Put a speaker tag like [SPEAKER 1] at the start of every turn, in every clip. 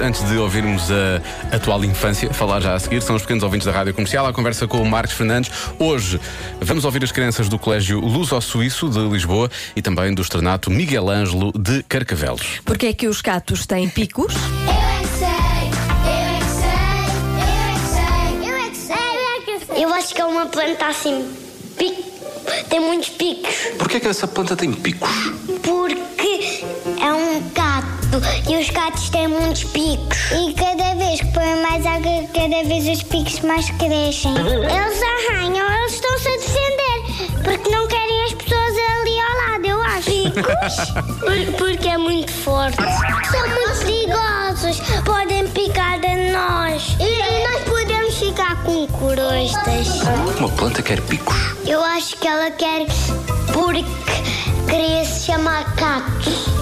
[SPEAKER 1] Antes de ouvirmos a atual infância, falar já a seguir, são os pequenos ouvintes da Rádio Comercial, a conversa com o Marcos Fernandes. Hoje vamos ouvir as crianças do Colégio Luz ao Suíço de Lisboa e também do Externato Miguel Ângelo de Carcavelos.
[SPEAKER 2] Porque é que os gatos têm picos?
[SPEAKER 3] Eu é que sei, eu é que sei, eu é que sei, eu é que sei, eu é que sei.
[SPEAKER 4] Eu acho que é uma planta assim, pico, tem muitos picos,
[SPEAKER 5] Porquê que essa planta tem picos?
[SPEAKER 4] porque é um gato e os gatos têm muitos picos.
[SPEAKER 3] E cada vez que põe mais água, cada vez os picos mais crescem. Eles arranham, eles estão-se a defender, porque não querem as pessoas ali ao lado, eu acho.
[SPEAKER 4] Por- porque é muito forte.
[SPEAKER 3] São muito perigosos, podem picar a nós. E, nós podemos ficar com corostas.
[SPEAKER 5] Uma planta quer picos?
[SPEAKER 3] Eu acho que ela quer porque queria se chamar Cato.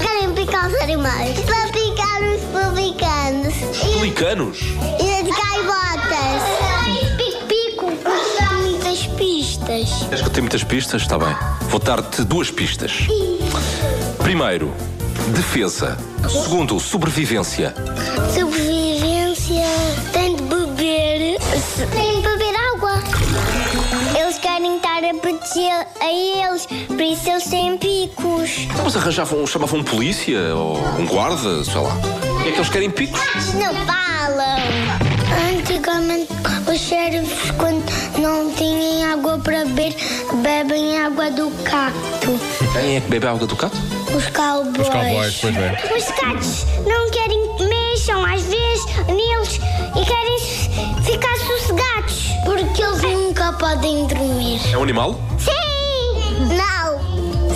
[SPEAKER 3] Querem picar os animais. Para picar os publicanos. E,
[SPEAKER 5] Pelicanos?
[SPEAKER 3] e as gaivotas. Pico-pico. Dá muitas pistas.
[SPEAKER 5] Acho que tem muitas pistas? Está bem. Vou dar-te duas pistas. Primeiro, defesa. Segundo, sobrevivência.
[SPEAKER 3] Sobrevivência. Tem de beber. Tem de beber água. Eles querem estar a proteger a eles. Por isso eles têm picos.
[SPEAKER 5] Então, Mas arranjavam, chamavam um polícia ou um guarda, sei lá. Porquê é que eles querem picos?
[SPEAKER 3] não falam. Antigamente, os xerifes, quando não têm água para beber, bebem água do cacto.
[SPEAKER 5] Quem é que bebe a água do gato?
[SPEAKER 3] Os cowboys. Os
[SPEAKER 1] cowboys, pois bem.
[SPEAKER 3] gatos não querem que mexam, às vezes, neles e querem s- ficar sossegados. Porque eles nunca podem dormir.
[SPEAKER 5] É um animal?
[SPEAKER 3] Sim! Não!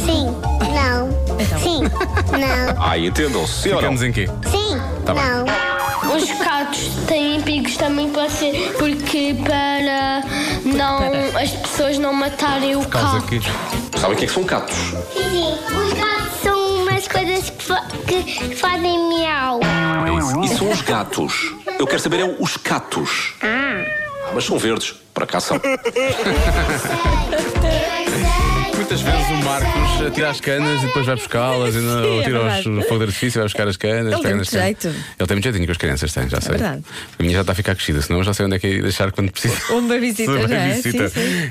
[SPEAKER 3] Sim! Não! Sim! Não!
[SPEAKER 5] Ah, entendam-se. Sim ou não?
[SPEAKER 1] Ficamos em quê?
[SPEAKER 3] Sim! não!
[SPEAKER 4] Os gatos têm picos também para ser, porque para não as pessoas não matarem o
[SPEAKER 1] Causa
[SPEAKER 2] Ah.
[SPEAKER 4] gato.
[SPEAKER 1] aqui.
[SPEAKER 5] Sabem o que é que são gatos?
[SPEAKER 3] Sim, os gatos são umas coisas que, fa- que fazem miau.
[SPEAKER 5] É isso. E são os gatos. Eu quero saber é os catos. Ah. Mas são verdes. Para cá são.
[SPEAKER 1] Muitas vezes o Marcos eh, tira as canas e depois vai buscá-las, e não-
[SPEAKER 2] Sim, é
[SPEAKER 1] tira os-
[SPEAKER 2] verdade.
[SPEAKER 1] o fogo de artifício, vai buscar as canas.
[SPEAKER 2] Ele
[SPEAKER 1] pega
[SPEAKER 2] tem
[SPEAKER 1] nas
[SPEAKER 2] muito
[SPEAKER 1] canas.
[SPEAKER 2] jeito.
[SPEAKER 1] Ele tem muito jeitinho que as crianças têm, já sei.
[SPEAKER 2] verdade.
[SPEAKER 1] A minha já está a ficar crescida, senão eu já sei onde é que é ir deixar é quando precisa.
[SPEAKER 2] Uma visita,
[SPEAKER 1] Uma
[SPEAKER 2] não é?
[SPEAKER 1] visita.
[SPEAKER 2] Sim, sim.